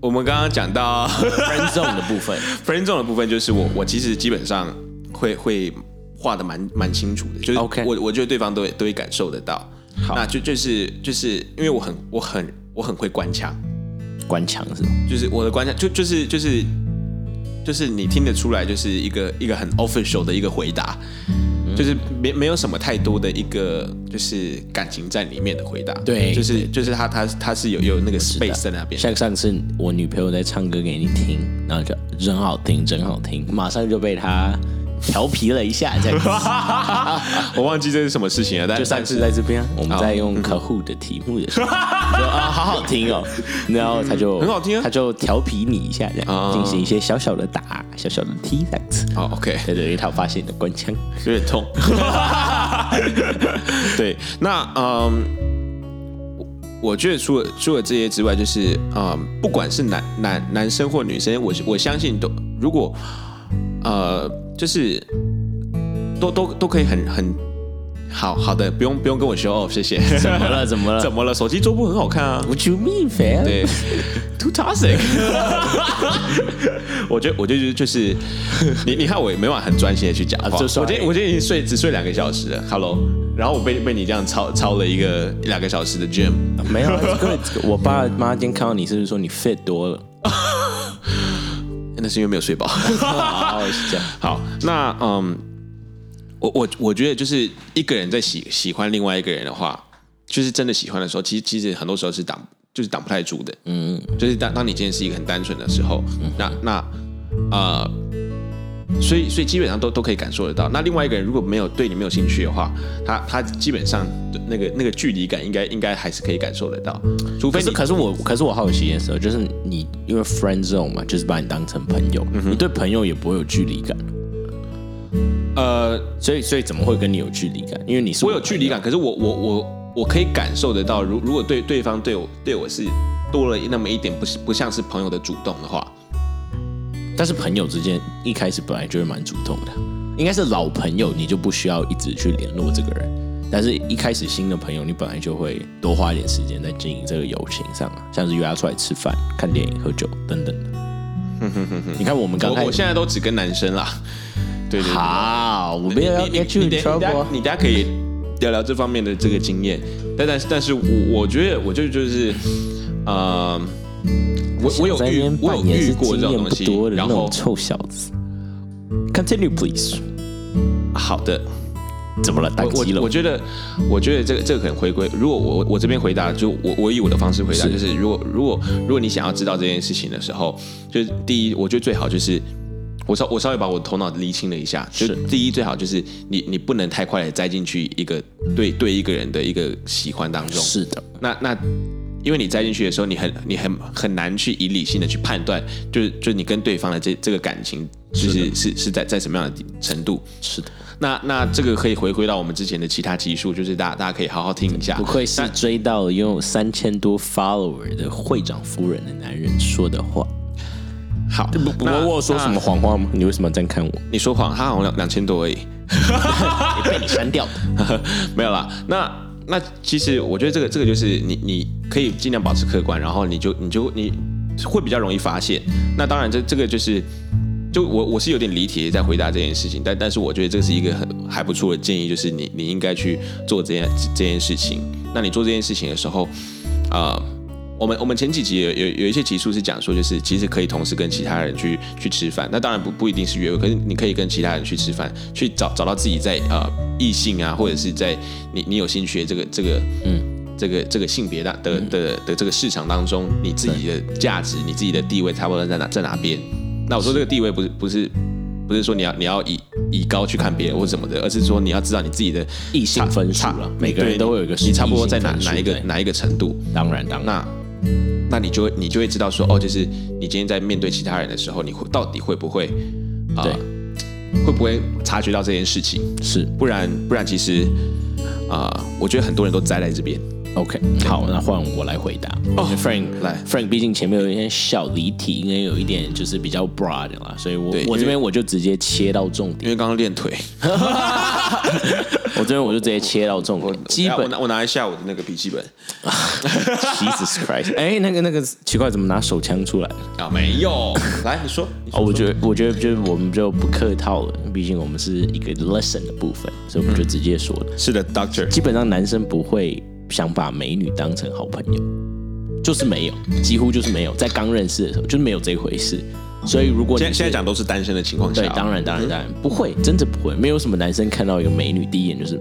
Speaker 3: 我们刚刚讲到
Speaker 2: ？Friend zone 的部分，
Speaker 3: friend zone 的部分，就是我我其实基本上会会画的蛮蛮清楚的，就是
Speaker 2: OK
Speaker 3: 我我觉得对方都会都会感受得到。那就就是就是因为我很我很我很会官腔，
Speaker 2: <laughs> 关墙是吗？
Speaker 3: 就是我的官腔就就是就是就是你听得出来，就是一个一个很 official 的一个回答。
Speaker 2: 嗯
Speaker 3: 就是没没有什么太多的一个就是感情在里面的回答，
Speaker 2: 对
Speaker 3: 就是就是他他他是有有那个 space 在那边，
Speaker 2: 像上次我女朋友在唱歌给你听，然后就真好听，真好听，马上就被她 <laughs> 调皮了一下，这样子。
Speaker 3: <laughs>
Speaker 2: <laughs>
Speaker 3: 我忘记这是什么事情了，但
Speaker 2: 就上次在这 <laughs> 边，我们在用客户的题目的 <laughs> 时候，说啊，好好听哦，然后他就
Speaker 3: 很好听啊
Speaker 2: 他就调皮你一下，这样
Speaker 3: 哦
Speaker 2: 进行一些小小的打、小小的踢这样子。
Speaker 3: 好哦 OK，
Speaker 2: 对对，一套发现你的官腔，
Speaker 3: 有点痛。对，那嗯，我我觉得除了除了这些之外，就是嗯，不管是男男男生或女生，我我相信都如果呃，就是都都都可以很很好好的，不用不用跟我 show off，谢谢。
Speaker 2: 怎么了？怎么了
Speaker 3: <laughs> 怎么了？手机桌布很好看啊。
Speaker 2: <laughs> ？What you mean, fam？
Speaker 3: 对 <laughs> ，too toxic <laughs> 我觉得，我觉得就是，你你看我也没办法很专心的去讲话。
Speaker 2: 啊
Speaker 3: 我
Speaker 2: 这算
Speaker 3: 今天我今天已经睡只睡两个小时了，Hello，然后我被被你这样超超了一个两个小时的 gym，
Speaker 2: 没 <laughs> 有啊，这个我爸妈今天看到你，是不是说你 fit 多 <laughs> 了？
Speaker 3: 那是因为没有睡饱。
Speaker 2: 哦，是这样。
Speaker 3: 好，那嗯，我我我觉得就是一个人在喜喜欢另外一个人的话，就是真的喜欢的时候，其实其实很多时候是挡就是挡不太住的。嗯，就是当当你今天是一个很单纯的时候，
Speaker 2: 嗯
Speaker 3: 那那呃，所以所以基本上都都可以感受得到。那另外一个人如果没有对你没有兴趣的话，他他基本上那个那个距离感应该应该还是可以感受得到，除非
Speaker 2: 可是，
Speaker 3: 你
Speaker 2: 可是我，可是我好奇一件事哦，就是你因为 friend zone 嘛，就是把你当成朋友，你对朋友也不会有距离感，
Speaker 3: 呃，
Speaker 2: 所以，所以怎么会跟你有距离感？因为你是
Speaker 3: 我有
Speaker 2: 的
Speaker 3: 距离感，可是我我我我可以感受得到，如如果对对方对我对我是多了那么一点不是不像是朋友的主动的话，
Speaker 2: 但是朋友之间一开始本来就会蛮主动的，应该是老朋友你就不需要一直去联络这个人，但是一开始新的朋友你本来就会多花一点时间在经营这个友情上啊，像是约他出来吃饭、看电影、喝酒等等的。
Speaker 3: 嗯
Speaker 2: 你看我们刚
Speaker 3: 我
Speaker 2: 开
Speaker 3: 我
Speaker 2: 始，
Speaker 3: 现在都只跟男生啦。对对对，
Speaker 2: 好，我没有要
Speaker 3: 你你
Speaker 2: get you
Speaker 3: 你
Speaker 2: in
Speaker 3: 等你等
Speaker 2: trouble
Speaker 3: 下
Speaker 2: 啊。
Speaker 3: 你等下可以聊聊这方面的这个经验，但但是但是我我觉得我就就是呃，我我有
Speaker 2: 在那
Speaker 3: 遇
Speaker 2: 边
Speaker 3: 我有
Speaker 2: 扮演
Speaker 3: 遇
Speaker 2: 是
Speaker 3: 过
Speaker 2: 经
Speaker 3: 这种
Speaker 2: 验
Speaker 3: 东
Speaker 2: 不
Speaker 3: 西
Speaker 2: 多，的那
Speaker 3: 然
Speaker 2: 种
Speaker 3: 后
Speaker 2: 臭小子。Continue please。
Speaker 3: 好的。
Speaker 2: 怎么了？宕
Speaker 3: 哎我
Speaker 2: 机了
Speaker 3: 我我
Speaker 2: 吗？
Speaker 3: 觉得，我觉得这个这个可能回归。如果我我我这边回答，就我我以我的方式回答，就是如果如果如果你想要知道这件事情的时候，就是第一，我觉得最好就是我稍我稍微把我头脑理清了一下，就是第一最好就是你你不能太快的栽进去一个对对一个人的一个喜欢当中。
Speaker 2: 是的，
Speaker 3: 那那。因为你栽进去的时候，你很你很很难去以理性的去判断，就是就是你跟对方的这这个感情，就是是是在在什么样的地程度。
Speaker 2: 是的，
Speaker 3: 那那这个可以回归到我们之前的其他集数，就是大家大家可以好好听一下
Speaker 2: 不。愧是追到拥有三千多 follower 的会长夫人的男人说的话。
Speaker 3: 好，
Speaker 2: 不
Speaker 3: 那
Speaker 2: 我有说什么？谎话吗？你为什么这样看我？
Speaker 3: <laughs> 那你说谎，他好像两两千多而已， <laughs>
Speaker 2: 也被你删掉的。
Speaker 3: 没有啦。那那其实我觉得这个这个就是你你可以尽量保持客观，然后你就你就你会比较容易发现。那当然这这个就是。就我我是有点离题在回答这件事情，但但是我觉得这是一个很还不错的建议，就是你你应该去做这件这件事情。那你做这件事情的时候，啊、我们我们前几集有有有一些集数是讲说，就是其实可以同时跟其他人去去吃饭，那当然不不一定是约会，可是你可以跟其他人去吃饭，去找找到自己在呃异性啊，或者是在你你有兴趣的这个这个嗯这个这个性别的
Speaker 2: 嗯
Speaker 3: 的的的这个市场当中，你自己的价值、你自己的地位差不多在哪在哪边？那我说这个地位不是不是。不是说你要你要以以高去看别人或什么的，而是说你要知道你自己的
Speaker 2: 异性分数了，每个人都会有一个
Speaker 3: 你差不多在哪
Speaker 2: 异性分数
Speaker 3: 哪一个
Speaker 2: 对
Speaker 3: 哪一个程度。
Speaker 2: 当然，当然，
Speaker 3: 那那你就会你就会知道说，哦，就是你今天在面对其他人的时候，你会到底会不会啊、呃会不会察觉到这件事情？
Speaker 2: 是
Speaker 3: 不然不然，其实啊、呃我觉得很多人都栽在这边。
Speaker 2: OK。好，那换我来回答。哦，Frank
Speaker 3: 嗯来
Speaker 2: ，Frank，毕竟前面有一些小离题，应该有一点就是比较 broad 的啦，所以我
Speaker 3: 对
Speaker 2: 我这
Speaker 3: 因为
Speaker 2: 边我就直接切到重点，
Speaker 3: 因为刚刚练腿，
Speaker 2: 我这边我就直接切到重点，基
Speaker 3: <laughs> 我
Speaker 2: 本
Speaker 3: 拿我拿一下我的那个笔记本
Speaker 2: Jesus
Speaker 3: <laughs>
Speaker 2: Christ！哎、那个那个奇怪，怎么拿手枪出来了？
Speaker 3: 啊，没
Speaker 2: <laughs>
Speaker 3: 有。来，你说，你
Speaker 2: 哦，
Speaker 3: 说
Speaker 2: 我觉得我觉得就是我们就不客套了，毕竟我们是一个 lesson 的部分，所以我们就直接说了。
Speaker 3: 是的，Doctor。
Speaker 2: 基本上男生不会想把美女当成好朋友，就是没有，几乎就是没有，在刚认识的时候就是没有这回事。所以如果你
Speaker 3: 现在
Speaker 2: 是
Speaker 3: 现在讲都是单身的情况下，哦
Speaker 2: 对，当然当然当然不会，真的不会，没有什么男生看到一个美女第一眼就是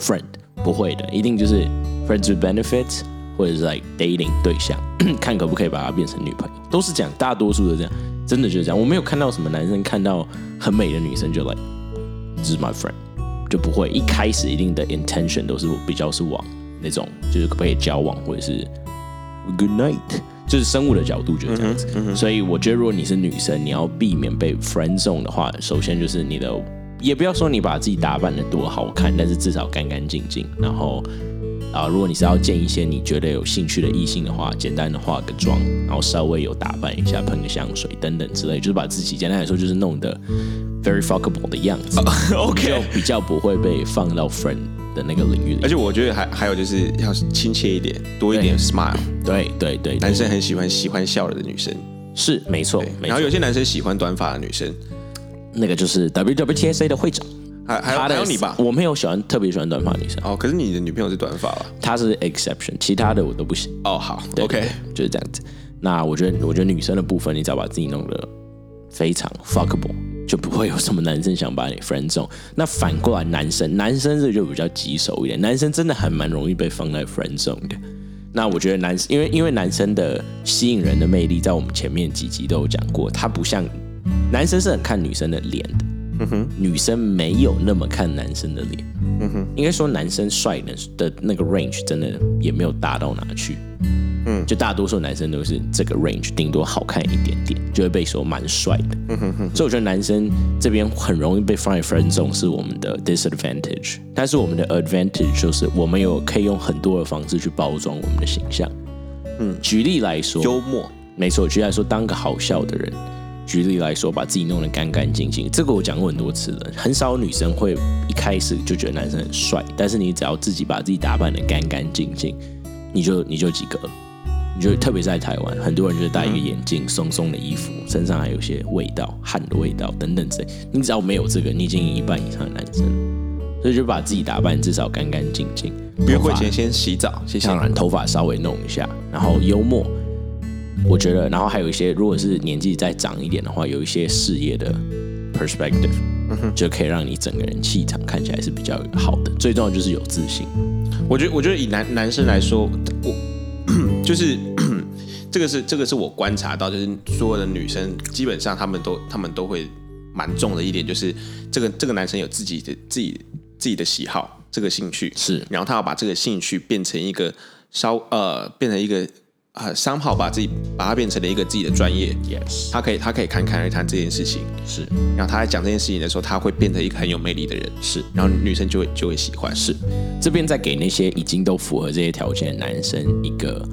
Speaker 2: friend，不会的，一定就是 friends with benefits 或者是 like dating 对象， <coughs> 看可不可以把她变成女朋友，都是这样，大多数的这样，真的就是这样，我没有看到什么男生看到很美的女生就 like this is my friend，就不会一开始一定的 intention 都是比较是往那种就是可不可以交往或者是 good night，就是生物的角度就是这样子。所以我觉得，如果你是女生，你要避免被 friend zone 的话，首先就是你的，也不要说你把自己打扮的多好看，但是至少干干净净。然后啊，如果你是要见一些你觉得有兴趣的异性的话，简单的化个妆，然后稍微有打扮一下，喷个香水等等之类，就是把自己简单来说就是弄得 very fuckable 的样子。
Speaker 3: OK
Speaker 2: 就比较不会被放到 friend 的那个领域里。
Speaker 3: 而且我觉得还还有就是要亲切一点，多一点 smile。
Speaker 2: 对对对，
Speaker 3: 男生很喜欢喜欢笑的女生，
Speaker 2: 是没错，没
Speaker 3: 然后
Speaker 2: 错，
Speaker 3: 有些男生喜欢短发的女生，
Speaker 2: 那个就是 WWTSA 的会长。
Speaker 3: 还还有
Speaker 2: 他的
Speaker 3: 哎还有你吧？
Speaker 2: 我没有喜欢特别喜欢短发女生，
Speaker 3: 哦，可是你的女朋友是短发吧？
Speaker 2: 她是 exception，其他的我都不行。
Speaker 3: 哦，好
Speaker 2: 对
Speaker 3: ，OK，
Speaker 2: 对就是这样子。那我觉得，我觉得女生的部分，你只要把自己弄得非常 fuckable，就不会有什么男生想把你 friend zone。那反过来，男生，男生这就比较棘手一点，男生真的还蛮容易被放在 friend zone 的。那我觉得男，因为因为男生的吸引人的魅力，在我们前面几集都有讲过，他不像男生是很看女生的脸的，女生没有那么看男生的脸。应该说男生帅的的那个 range 真的也没有大到哪去。嗯，就大多数男生都是这个 range，顶多好看一点点，就会被说蛮帅的。嗯哼哼。所以我觉得男生这边很容易被放在 friend zone 是我们的 disadvantage，但是我们的 advantage 就是我们有可以用很多的方式去包装我们的形象。嗯，举例来说，
Speaker 3: 幽默，
Speaker 2: 没错，举例来说，当个好笑的人。举例来说，把自己弄得干干净净，这个我讲过很多次了。很少女生会一开始就觉得男生很帅，但是你只要自己把自己打扮得干干净净，你就你就及格了。你就特别在台湾，很多人就戴一个眼镜、松松的衣服，身上还有一些味道、汗的味道等等之类。你只要没有这个，你已经一半以上的男生了，所以就把自己打扮至少干干净净。
Speaker 3: 约
Speaker 2: 头
Speaker 3: 会
Speaker 2: 发
Speaker 3: 前先洗澡，谢谢
Speaker 2: 当。然头发稍微弄一下，然后幽默，我觉得，然后还有一些，如果是年纪再长一点的话，有一些事业的 perspective，、就可以让你整个人气场看起来是比较好的。最重要就是有自信，
Speaker 3: 我觉得，我觉得以男男生来说，我 <coughs> 就是这个是这个是我观察到，就是所有的女生基本上她们都她们都会蛮重的一点，就是这个这个男生有自己的自己自己的喜好，这个兴趣
Speaker 2: 是
Speaker 3: 然后他要把这个兴趣变成一个稍呃变成一个啊商号，把自己把它变成了一个自己的专业。
Speaker 2: ，yes，
Speaker 3: 他可以，他可以侃侃而谈这件事情，
Speaker 2: 是
Speaker 3: 然后他在讲这件事情的时候，他会变成一个很有魅力的人，
Speaker 2: 是。
Speaker 3: 然后女生就会就会喜欢。
Speaker 2: 是，这边再给那些已经都符合这些条件的男生一个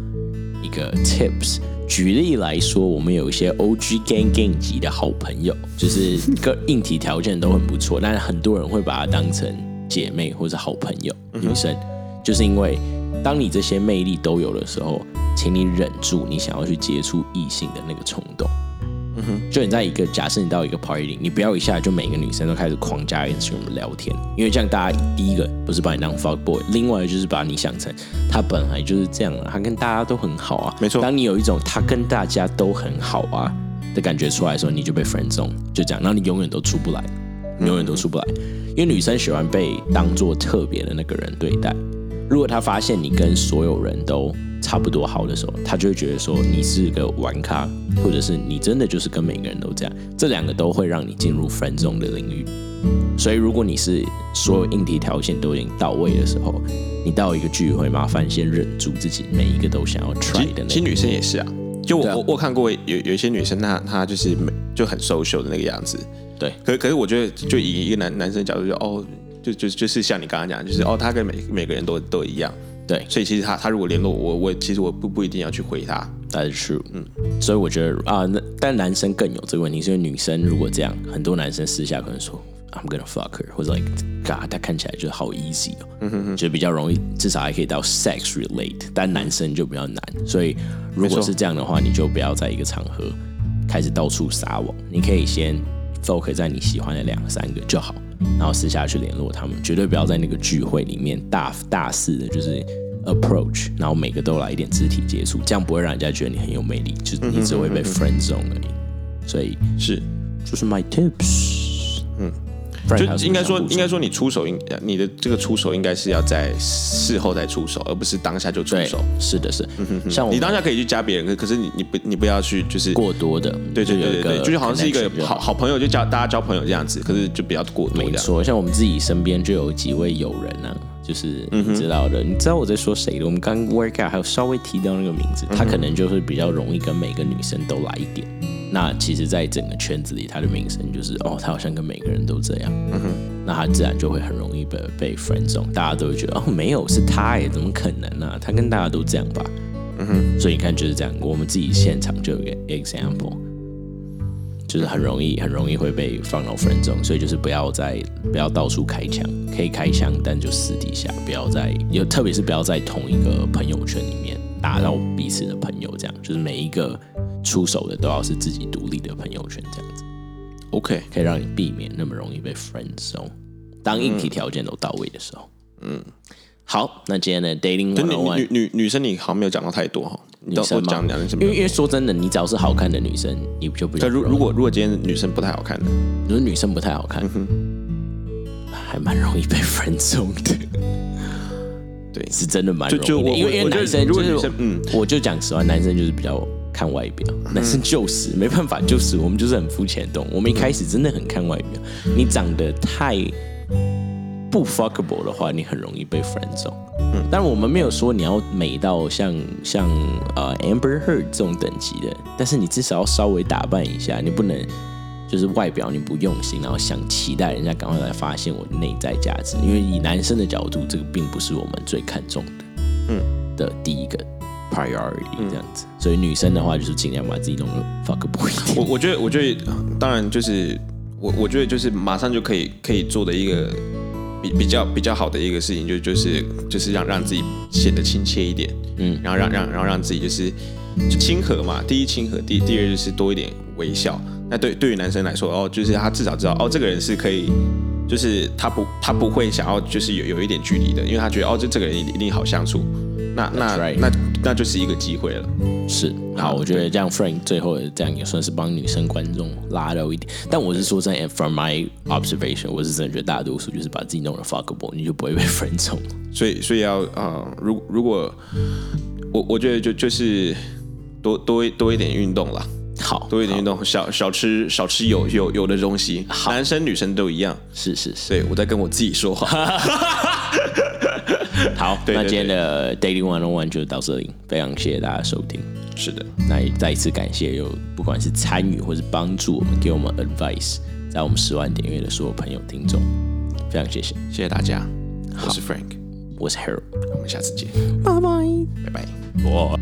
Speaker 2: 一个 tips。举例来说，我们有一些 OG gang gang 级的好朋友，就是个硬体条件都很不错，但是很多人会把它当成姐妹或者好朋友，女生，就是因为当你这些魅力都有的时候，请你忍住你想要去接触异性的那个冲动。就你在一个假设你到一个 party，里你不要一下就每个女生都开始狂加 Instagram 聊天，因为这样大家第一个不是把你当 fuck boy，另外就是把你想成他本来就是这样了、啊他跟大家都很好啊。
Speaker 3: 没错
Speaker 2: 当你有一种他跟大家都很好啊的感觉出来的时候，你就被 friend zone，就这样，然后你永远都出不来，你永远都出不来，因为女生喜欢被当做特别的那个人对待。如果她发现你跟所有人都差不多好的时候，她就会觉得说你是个玩咖，或者是你真的就是跟每个人都这样，这两个都会让你进入 friend zone 的领域。所以，如果你是所有硬体条件都已经到位的时候，你到一个聚会，麻烦先忍住自己每一个都想要
Speaker 3: 其
Speaker 2: try 的
Speaker 3: 其实
Speaker 2: 那个。
Speaker 3: 女生也是啊，就我、
Speaker 2: 对啊
Speaker 3: 我我看过有有一些女生她，她就是没就很 social 的那个样子。
Speaker 2: 对，
Speaker 3: 可可是我觉得，就以一个男男生的角度就，哦，就就就是像你刚刚讲，就是哦，他跟每每个人都都一样，
Speaker 2: 对，
Speaker 3: 所以其实他他如果联络我，我其实我不不一定要去回他。
Speaker 2: That is true。嗯，所以我觉得啊，那但男生更有这个问题，是因为女生如果这样，很多男生私下可能说 I'm gonna fuck her，或者 like God，他看起来就好 easy 哦，就比较容易，至少还可以到 sex relate，但男生就比较难。所以如果是这样的话，你就不要在一个场合开始到处撒网，你可以先 focus 在你喜欢的两三个就好，然后私下去联络他们，绝对不要在那个聚会里面大大肆的，就是 approach，然后每
Speaker 3: 嗯
Speaker 2: 个都来一点肢体接触，这样不会让人家觉得你很有魅力，就是你只会被 friend zone 而已。所以
Speaker 3: 是，
Speaker 2: 就是 my tips。嗯，
Speaker 3: 就应该说，应该说你出手应你的这个出手应该是要在事后再出手，而不是当下就出
Speaker 2: 对
Speaker 3: 手。，
Speaker 2: 是的是，
Speaker 3: 嗯
Speaker 2: 像我
Speaker 3: 你
Speaker 2: 们
Speaker 3: 当下可以去加别人，可可是你你不你不要去就是
Speaker 2: 过多的，
Speaker 3: 对对
Speaker 2: 有
Speaker 3: 对
Speaker 2: 一
Speaker 3: 对对，就是好像是一个
Speaker 2: connection 就
Speaker 3: 好好朋友，就交大家交朋友这样子，可是就不要过多
Speaker 2: 没
Speaker 3: 这样。
Speaker 2: 错，像我们自己身边就有几位友人啊，就是你知道的，你知道我在说谁的。我们刚 workout 还有稍微提到那个名字，他可能就是比较容易跟每个女生都来一点。那其实，在整个圈子里，他的名声就是哦，他好像跟每个人都这样。嗯哼，那他自然就会很容易被被 friend zone，大家都会觉得哦，没有是他耶，怎么可能呢、啊？他跟大家都这样吧。嗯哼，所以你看就是这样，我们自己现场就有一个 example。就是很容易很容易会被放到 friend 中，所以就是不要再不要到处开枪，可以开枪，但就私底下不要在，有特别是不要在同一个朋友圈里面打扰彼此的朋友，这样就是每一个出手的都要是自己独立的朋友圈，这样子
Speaker 3: OK，
Speaker 2: 可以让你避免那么容易被 friend zone。当硬
Speaker 3: 嗯
Speaker 2: 体条件都到位的时候，嗯，好，那今天的 dating
Speaker 3: 就你
Speaker 2: one
Speaker 3: 女女女生你好像没有讲到太多哈，你
Speaker 2: 女
Speaker 3: 都我
Speaker 2: 生吗
Speaker 3: 讲讲什么
Speaker 2: 因？为因为说真的，你只要是好看的女生，你就比较
Speaker 3: 但如
Speaker 2: 容易
Speaker 3: 如果如果今天女生不太好看的，
Speaker 2: 如果女生不太好
Speaker 3: 嗯
Speaker 2: 看，还蛮容易被 friend zone 的，
Speaker 3: 对，
Speaker 2: 是真的蛮
Speaker 3: 就
Speaker 2: 容易的。
Speaker 3: 就我
Speaker 2: 因为因
Speaker 3: 我
Speaker 2: 为
Speaker 3: 觉得
Speaker 2: 男生
Speaker 3: 如
Speaker 2: 就
Speaker 3: 果女
Speaker 2: 是
Speaker 3: 生，嗯，
Speaker 2: 我就讲实话，男生就是比较看外表，男生就是没办法，就是我们就是很肤浅，懂？我们一开
Speaker 3: 嗯
Speaker 2: 始真的很看外表，你长得太不 fuckable 的话，你很容易被 friend zone。嗯，但我们没有说你要美到像像呃 Amber Heard 这种等级的，但是你至少要稍微打扮一下，你不能就是外表你不用心，然后想期待人家赶快来发现我的内在价值，因为以男生的角度，这个并不是我们最看重的，嗯，的第一个
Speaker 3: 嗯
Speaker 2: priority 这样子。所以女生的话，就是尽量把自己弄得 fuckable 一
Speaker 3: 我
Speaker 2: 点。
Speaker 3: 我觉得我觉得当然就是我我觉得就是马上就可以可以做的一个比比较比较好的一个事情，就就是就是让让自己显得亲切一点，嗯，然后让让然后让自己就是就亲和嘛，第一亲和，第第二就是多一点微笑。那对对于男生来说，哦，就是他至少知道哦，这个人是可以。就是他不，他不会想要，就是有有一点距离的，因为他觉得哦，这这个人一定一定好相处，那那
Speaker 2: That's right
Speaker 3: 那那就是一个机会了。
Speaker 2: 是，好，
Speaker 3: 好
Speaker 2: 我觉得这样 Frank 最后这样也算是帮女生观众拉到一点。但我是说真的，from my observation，我是真的觉得大多数就是把自己弄得 fuckable，你就不会被 <laughs> friend 中。
Speaker 3: 所以所以要啊，呃如、如果我我觉得就就是多多一多一点运动啦，
Speaker 2: 好，
Speaker 3: 多一点运动，少少吃少吃有有有的东西，男生女生都一样。
Speaker 2: 是是是。
Speaker 3: 所以我在跟我自己说话，
Speaker 2: 好，
Speaker 3: 对
Speaker 2: 那
Speaker 3: 对
Speaker 2: 今天的 Daily One on One 就到这里，非常谢谢大家收听。
Speaker 3: 是的，
Speaker 2: 那也再一次感谢有不管是参与或是帮助我们给我们 advice，在我们十万点阅的所有朋友听众，非常谢谢。
Speaker 3: 谢谢大家，我是 Frank，
Speaker 2: 我是 Harold，
Speaker 3: 我们下次见，
Speaker 2: 拜拜。
Speaker 3: 拜拜。
Speaker 2: 我。